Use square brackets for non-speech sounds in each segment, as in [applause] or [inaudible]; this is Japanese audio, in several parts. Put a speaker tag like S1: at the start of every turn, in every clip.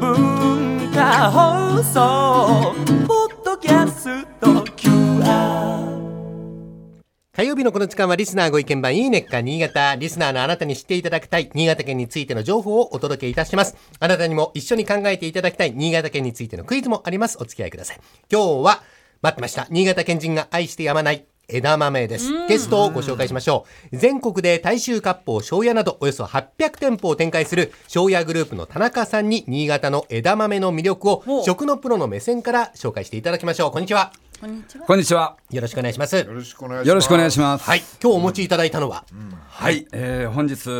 S1: 文化放送ポッドキャスト QR
S2: 火曜日のこの時間はリスナーご意見番いいねっか新潟。リスナーのあなたに知っていただきたい新潟県についての情報をお届けいたします。あなたにも一緒に考えていただきたい新潟県についてのクイズもあります。お付き合いください。今日は待ってました。新潟県人が愛してやまない枝豆です。ゲストをご紹介しましょう。全国で大衆割烹、庄屋などおよそ800店舗を展開する庄屋グループの田中さんに新潟の枝豆の魅力を食のプロの目線から紹介していただきましょう。こんにちは。
S3: こんにちは。
S2: よろしくお願いします。
S4: よろしくお願いします。
S3: よろしくお願いします。
S2: はい。今日お持ちいただいたのは、
S3: はい。えー本日、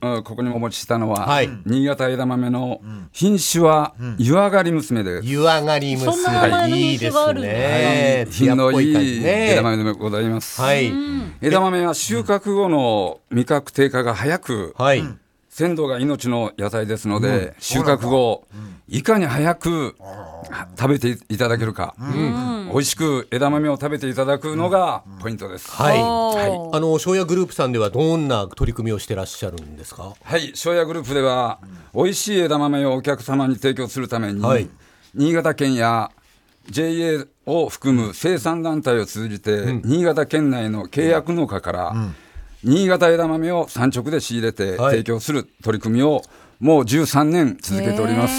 S3: うんここにお持ちしたのは、
S2: はい
S3: 新潟枝豆の品種は、湯上がり娘です。
S2: 湯上がり娘
S5: そんな名前の
S2: いい
S5: 品
S2: で
S5: 種が
S2: す
S5: あるんだ
S2: ね。艶
S3: 品
S2: っ
S3: の
S2: ぽい感
S3: い
S2: じ
S3: い
S2: ね。
S3: 枝豆でございます。
S2: はい。
S3: 枝豆は収穫後の味覚低下が早く、
S2: はい。
S3: 鮮度が命の野菜ですので、収穫後、いかに早くは食べていただけるか、美味しく枝豆を食べていただくのがポイントです。
S2: はい。
S5: おー
S2: はいあの、庄屋グループさんではどんな取り組みをしてらっしゃるんですか
S3: はい、庄屋グループでは、美味しい枝豆をお客様に提供するために、
S2: はい
S3: 新潟県や JA を含む生産団体を通じて、新潟県内の契約農家から、新潟枝豆を産直で仕入れて
S2: はい
S3: 提供する取り組みを、もう13年続けております。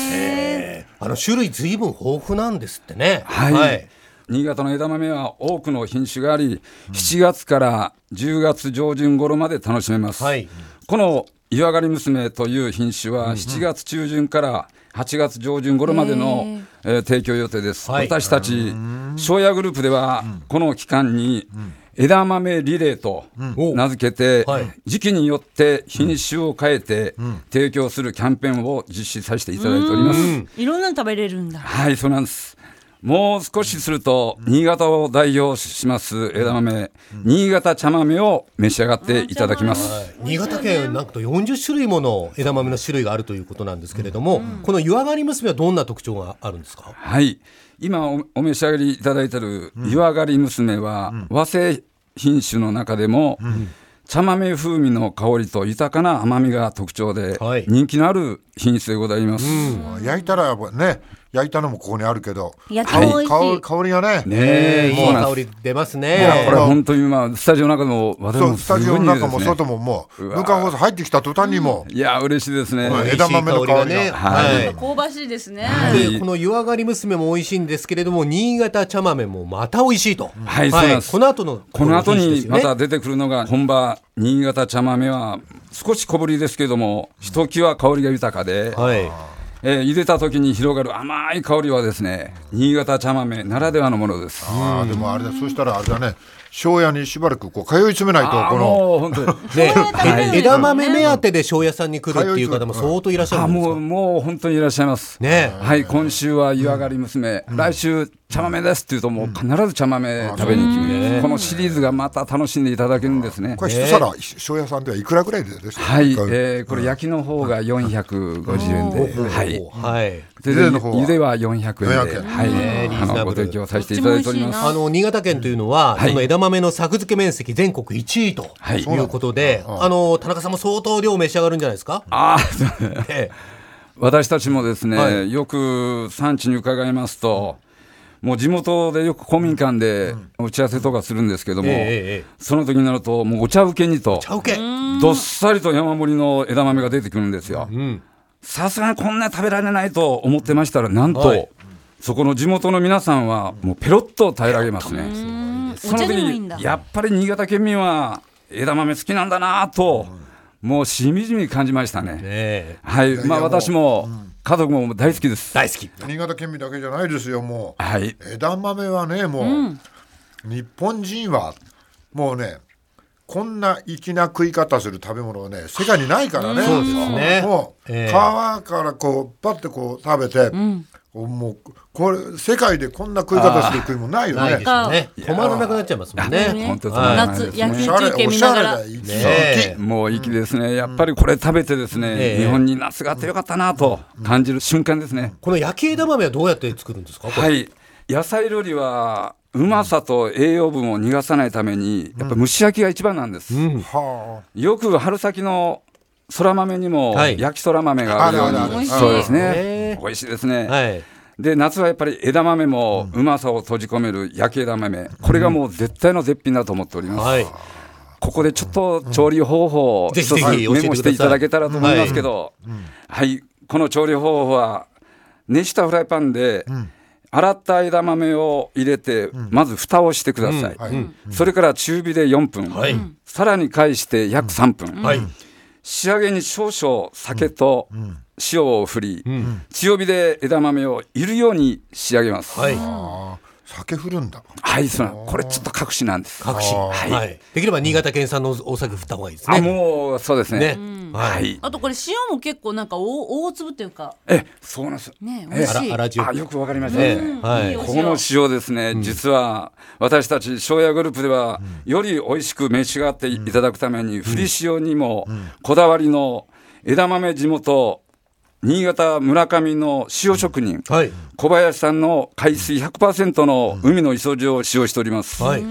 S2: あの、種類ずいぶん豊富なんですってね。
S3: はい、新潟の枝豆は多くの品種があり、7月から10月上旬頃まで楽しめます、
S2: はい
S3: この湯上がり娘という品種は7月中旬から8月上旬頃までの、えー提供予定です、
S2: はい
S3: 私たち庄屋グループではこの期間に枝豆リレーと名付けて、
S2: はい
S3: 時期によって品種を変えて提供するキャンペーンを実施させていただいております、
S5: いろんなの食べれるんだ。
S3: はい、そうなんです。もう少しすると、新潟を代表します枝豆、新潟茶豆を召し上がっていただきます。
S2: 新潟県なんと40種類もの枝豆の種類があるということなんですけれども、この湯上がり娘はどんな特徴があるんですか
S3: はい、今おお召し上がりいただいている湯上がり娘は、和製品種の中でも、茶豆風味の香りと豊かな甘みが特徴で
S2: はい、
S3: 人気のある品種でございます。
S4: 焼いたらね、焼いたのもここにあるけど、
S5: 焼き
S4: 香
S5: も美味
S4: り
S5: しい
S4: 香り香りがね、
S3: ね
S2: ええ、い
S3: そ
S2: いう
S3: なん
S2: 香
S3: です。
S2: り出ます
S3: いや
S2: ね。
S3: これ本当に今、スタジオの中でも、私
S4: そ
S3: も
S4: う
S3: す
S4: ス
S3: ご
S4: タ
S3: い
S4: ジ
S3: 人
S4: オ
S3: 気
S4: の
S3: です
S4: 中も
S3: ね
S4: 外ももう
S3: わ
S4: 文化放送入ってきた途端にもう
S3: いや、嬉しいですね。
S4: はい枝豆の香りがね
S2: 美味しいはい
S5: なんか香ばしいですね。
S2: でこの湯上がり娘も美味しいんですけれども新潟茶豆もまた美味しいと、
S3: はいそうなんです
S2: この後の
S3: この後にま
S2: この品種ですよね
S3: た出てくるのが本場新潟茶豆は少し小ぶりですけどもひときわ香りが豊かで、
S2: はい
S3: えー茹でた時に広がる甘い香りはですね新潟茶豆ならではのものです。
S4: あーでもあれだ、そしたらあれだね、庄屋にしばらくこう通い詰めないと
S3: あー
S4: この
S3: もう本当に
S2: ね
S3: はい
S2: え枝豆目当てで庄屋さんに来るっていう方も相当いらっしゃ
S3: あ
S2: るんです
S3: もう
S2: か
S3: もう本当にいらっしゃいます。
S2: ね
S3: はい今週は湯上がり娘、来週茶豆ですって言うともう必ず茶豆食べに来ます、このシリーズがまた楽しんでいただけるんですね。
S4: これ一皿庄屋さんではいくらぐらいででした。
S3: はい、え
S4: これ
S3: ーこれ焼きの方が450円で、はい、
S2: はい
S3: で
S4: ゆでの方は
S3: ゆでは400円で、
S4: 400円
S3: はい、
S2: リー
S3: あ
S2: ズナ
S3: の
S2: ブ
S3: ご
S2: ル
S3: 提供させていただいております。
S2: あの新潟県というのは、
S3: はい
S2: その枝豆の作付け面積全国1位と
S3: はい
S2: いうことで、あの田中さんも相当量召し上がるんじゃないですか、
S3: あー
S2: え
S3: 私たちもですね、
S2: は
S3: よく産地に伺いますと、もう地元でよく公民館で打ち合わせとかするんですけども、
S2: えええええ
S3: その時になると、もうお茶受けにと、
S2: 茶受け
S3: どっさりと山盛りの枝豆が出てくるんですよ。さすがにこんな食べられないと思ってましたら、なんと、
S2: はい
S3: そこの地元の皆さんは、もうペロッと平らげますね。そ
S5: お
S3: の
S5: 茶
S3: 時
S5: でもいいん
S3: に
S5: だ。
S3: やっぱり新潟県民は枝豆好きなんだなと、もうしみじみ感じましたね。
S2: ええ
S3: はい、まあ私も家族も大好きです。
S2: 大好き
S4: 新潟県民だけじゃないですよ、もう。
S3: はい、
S4: 枝豆はねもう、日本人はもうねこんな粋な食い方する食べ物はね世界にないからね。
S2: そうですね
S4: もう、
S2: ええ
S4: 皮からこうパッてこう食べて、こうもうこれ世界でこんな食い方する国もないよ
S2: ない
S4: ね
S2: でし。ょうね止まらなくなっちゃいますもんね
S3: 本当に
S2: はい
S3: そう
S5: 夏
S3: なん
S5: 野
S3: です
S4: お
S5: 球
S4: し
S3: ね
S4: ゃれ
S5: 中継
S4: お
S5: 見
S4: し
S5: な
S4: ゃ
S5: が
S4: れ
S5: ら
S4: だ。よ。
S2: ねえ
S3: もう息ですね。やっぱりこれ食べてですね、
S2: ええ
S3: 日本に夏があってよかったなと感じる瞬間ですね。
S2: この焼き枝豆はどうやって作るんですかこれ
S3: はい、野菜料理はうまさと栄養分を逃がさないために、やっぱ蒸し焼きが一番なんです。
S4: は
S3: よく春先のそら豆にも
S2: はい
S3: 焼きそら豆があるように、
S4: あるあるあ
S5: る
S3: そうで
S2: へ
S3: すね
S2: ー
S3: 美味しいですね、
S2: はい。
S3: で夏はやっぱり枝豆もうまさを閉じ込める焼き枝豆これがもう絶対の絶品だと思っております、
S2: はい。
S3: ここでちょっと調理方法を
S2: ぜ
S3: 一
S2: ひ
S3: つ
S2: ぜひ
S3: メ
S2: 教えてください
S3: モしていただけたらと思いますけど、はい、この調理方法は、熱したフライパンで、洗った枝豆を入れて、まず蓋をしてください。
S4: はいうん
S3: それから中火で4分、
S2: い
S3: さらに返して約3分、
S2: はい。
S3: 仕上げに少々酒と塩を振り、強火で枝豆をいるように仕上げます。
S2: はい。
S4: あー酒振るんだ
S3: はい、そうなんこれちょっと隠しなんです。
S2: 隠し。
S4: あ
S3: ー
S2: はい。できれば新潟県産のお酒振った方がいいです
S3: あ、
S2: ね。
S3: もうそうです
S2: ね
S3: ね。。
S2: は。
S3: はいい。
S5: あとこれ塩も結構なんか大大粒っていうか
S3: え、そうなんです。え
S5: ね美味
S2: あ
S5: しい。
S2: ら、あらじゅう
S3: あ。よくわかりました、
S2: ね
S3: ね。
S2: はい
S5: いお
S3: ここの塩ですね、実は私たち庄屋グループでは、より美味しく召し上がっていただくために、振り塩にもこだわりの枝豆地元、新潟村上の塩職人、
S2: はい。
S3: 小林さんの海水100%の海の磯塩を使用しております。
S2: はい。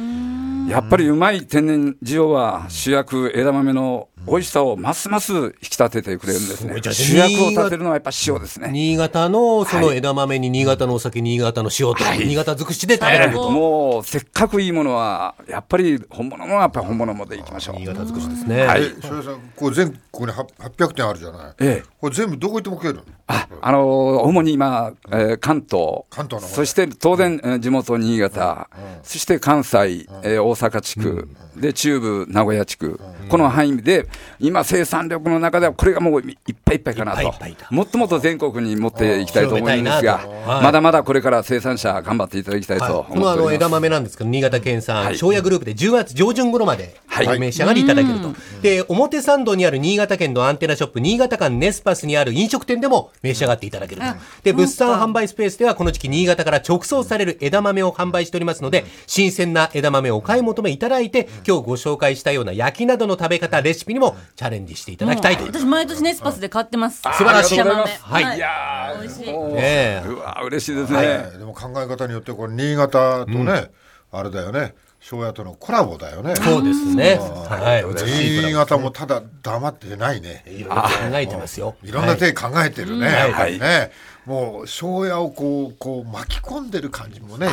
S3: やっぱりうまい天然塩は主役枝豆の美味しさをますます引き立ててくれるんです
S2: ご
S3: ね
S2: いじゃあ
S3: 主役を立てるのはやっぱ塩ですね
S2: 新潟のその枝豆に新潟のお酒、新潟の塩と、新潟尽くしで食べられると。
S3: もうせっかくいいものはやっぱり本物もやっぱり本物もでいきましょう
S2: 新潟尽くしですね。
S3: はい
S4: えそれさこれ全国には800点あるじゃない、
S3: ええ
S4: これ全部どこ行っても食えるの
S3: ああの主に今、えー関東
S4: 関東の方
S3: そして当然、えー地元新潟、そして関西、えー大阪地区、で中部名古屋地区、この範囲で今生産力の中ではこれがもういいっぱいいっぱいかない
S2: っ
S3: と
S2: ぱいいっぱいだ
S3: もっともっと全国に持っていきたいと思うんですが
S2: 広めたいなとはい
S3: まだまだこれから生産者頑張っていただきたいと思っ
S2: こ
S3: て
S2: の
S3: お
S2: あの
S3: り
S2: 枝
S3: ます
S2: 豆なんですけど、新潟県産、
S3: い
S2: 庄屋グループで10月上旬頃まで
S3: はい
S2: お召し上がりいただけると。で、表参道にある新潟県のアンテナショップ、新潟館ネスパスにある飲食店でも召し上がっていただけると。で、物産販売スペースではこの時期新潟から直送される枝豆を販売しておりますので、新鮮な枝豆をお買い求めいただいて、今日ご紹介したような焼きなどの食べ方、レシピにもチャレンジしていただきたいと。
S5: 私毎年ネスパスで買ってます。
S2: 素晴らしい
S5: 枝豆
S2: はい
S5: はい
S3: やー
S5: 美味しい
S3: もう
S2: ねえ
S3: うわー嬉しいですね、
S4: ねでも考え方によってこれ新潟とね、あれだよね庄屋とのコラボだよね
S2: そうですね。はい。美しい
S4: 新潟もただ黙ってないね
S2: いろいろ考えてますよ。
S4: いろんな手考えてるね、やっぱり
S3: は
S4: ね。もう庄屋をこうこう巻き込んでる感じもね、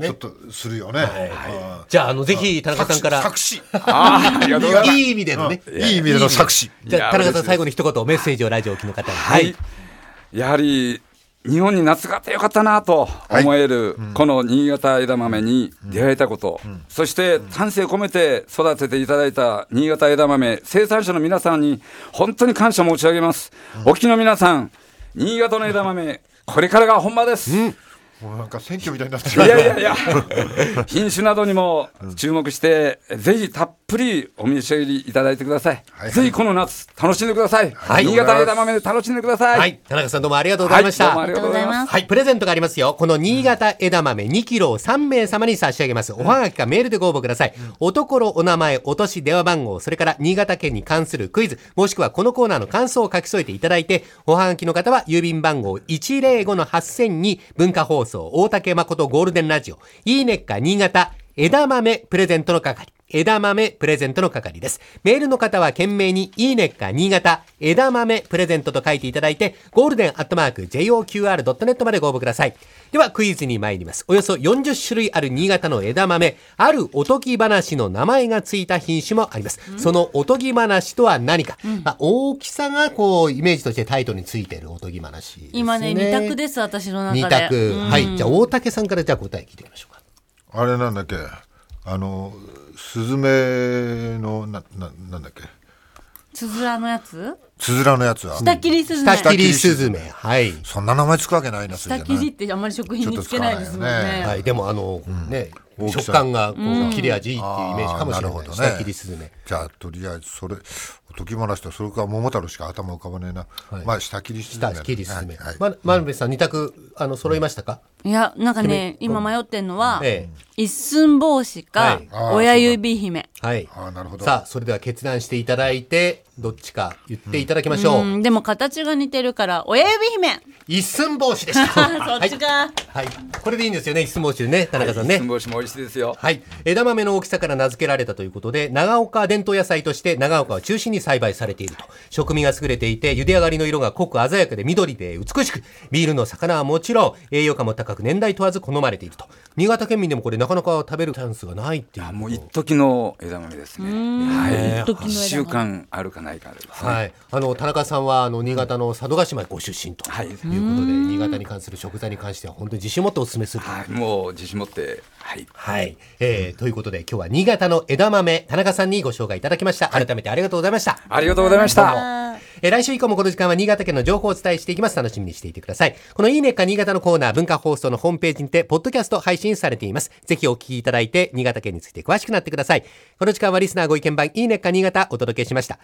S4: ちょっとするよね。うん
S2: じゃあ、あの、ぜひ、田中さんから。
S4: 作詞。作詞
S3: あーありがとうございます
S2: いい意味でのね。
S4: いい意味での作詞。
S2: じゃあ、
S3: いや
S2: 田中さ
S3: 嬉しいで
S2: ん、
S3: す
S2: 最後に一言、メッセージをラジオを聞の方に。
S3: は。。
S2: はい
S3: やはり、日本に夏があってよかったなと思える、この新潟枝豆に出会えたこと、そして丹精込めて育てていただいた新潟枝豆、生産者の皆さんに本当に感謝申し上げます。お聞きの皆さん、新潟の枝豆、これからが本場です。い
S4: もうなんか選挙みたいになって
S3: やいや
S4: る。
S3: い
S4: [laughs]
S3: や、品種などにも注目して、ぜひたっぷりお召し上がりいただいてください。
S4: はい
S3: ぜひこの夏、楽しんでください。
S2: はい
S3: 新潟枝豆で楽しんでください。
S2: はい。田中さん、どうもありがとうございまし
S3: は
S2: た。
S3: どうもありがとうございます。
S2: はい、プレゼントがありますよ。この新潟枝豆2キロを3名様に差し上げます。おはがきかメールでご応募ください。おところ、お名前、お年、電話番号、それから新潟県に関するクイズ、もしくはこのコーナーの感想を書き添えていただいて、おはがきの方は郵便番号105-8000に文化放送、大竹誠ゴールデンラジオ、いいねっか新潟、枝豆プレゼントの係。枝豆プレゼントの係です。メールの方は懸命にいいねっか新潟枝豆プレゼントと書いていただいて、ゴールデンアットマーク JOQR.net までご応募ください。ではクイズに参ります。およそ40種類ある新潟の枝豆、あるおとぎ話の名前がついた品種もあります。そのおとぎ話とは何か、まあ、大きさがこうイメージとしてタイトルについているおとぎ話です、ね。
S5: 今ね二択です私の中で。
S2: 二択。
S5: うん
S2: はい。じゃあ大竹さんからじゃあ答え聞いてみましょうか。
S4: あれなんだっけ。あの、スズメの、な、な、なんだっけ。
S5: つづらのやつ？
S4: つづらのやつは。
S5: 下切りすずめ。
S2: 下切りスズメ。はい。
S4: そんな名前つくわけないな、それじ
S5: 下
S4: ゃ
S5: 切
S4: な
S5: りっ
S4: い。
S5: てあんまり食品につけないですもんね。
S2: はい、でもあの、ね
S4: 大きさ
S2: 食感がこう切れ味いいっていうイメージかもしれない
S4: あーなるほどね
S2: 下切りスズメ
S4: じゃあとりあえずそれおとぎ話とそれから桃太郎しか頭浮かばねえな、まあ下切りすずめ
S2: 下切りスズメ、
S4: はいはい
S2: ま真鍋さん二択あの揃いましたか、
S5: いやなんかね今迷ってんのは、
S2: え
S5: 一寸法師か、
S2: はい
S4: あー
S5: 親指姫。
S2: はい
S4: ああなるほど
S2: さあそれでは決断していただいてどっちか言っていただきましょう、
S5: うんでも形が似てるから親指姫。
S2: 一寸法師でした
S4: [laughs]
S5: そっちか。
S2: はい、これでいいんですよね一寸法師でね田中さんね、
S3: すんぼしも美味しいですよ。
S2: はい。枝豆の大きさから名付けられたということで、長岡は伝統野菜として長岡を中心に栽培されていると。食味が優れていて、茹で上がりの色が濃く鮮やかで緑で美しく、ビールの魚はもちろん、栄養価も高く年代問わず好まれていると。新潟県民でもこれなかなか食べるチャンスがないっていう。
S3: あもう一時の枝豆ですね。はい。
S5: 一時の枝豆
S3: 一週間あるかないかですね。
S2: はい、あの田中さんはあの新潟の佐渡島ご出身と
S3: はい
S2: いうことで、新潟に関する食材に関しては本当に自信を持ってお勧めすると。
S3: はい。もう自信持って、はい。
S2: はい、えーということで今日は新潟の枝豆田中さんにご紹介いただきました。改めてありがとうございました。
S3: ありがとうございまし
S2: え
S3: た。
S2: ー来週以降もこの時間は新潟県の情報をお伝えしていきます。楽しみにしていてください。このいいねっか新潟のコーナー、文化放送のホームページにて、ポッドキャスト配信されています。ぜひお聞きいただいて、新潟県について詳しくなってください。この時間はリスナーご意見番、いいねっか新潟お届けしました。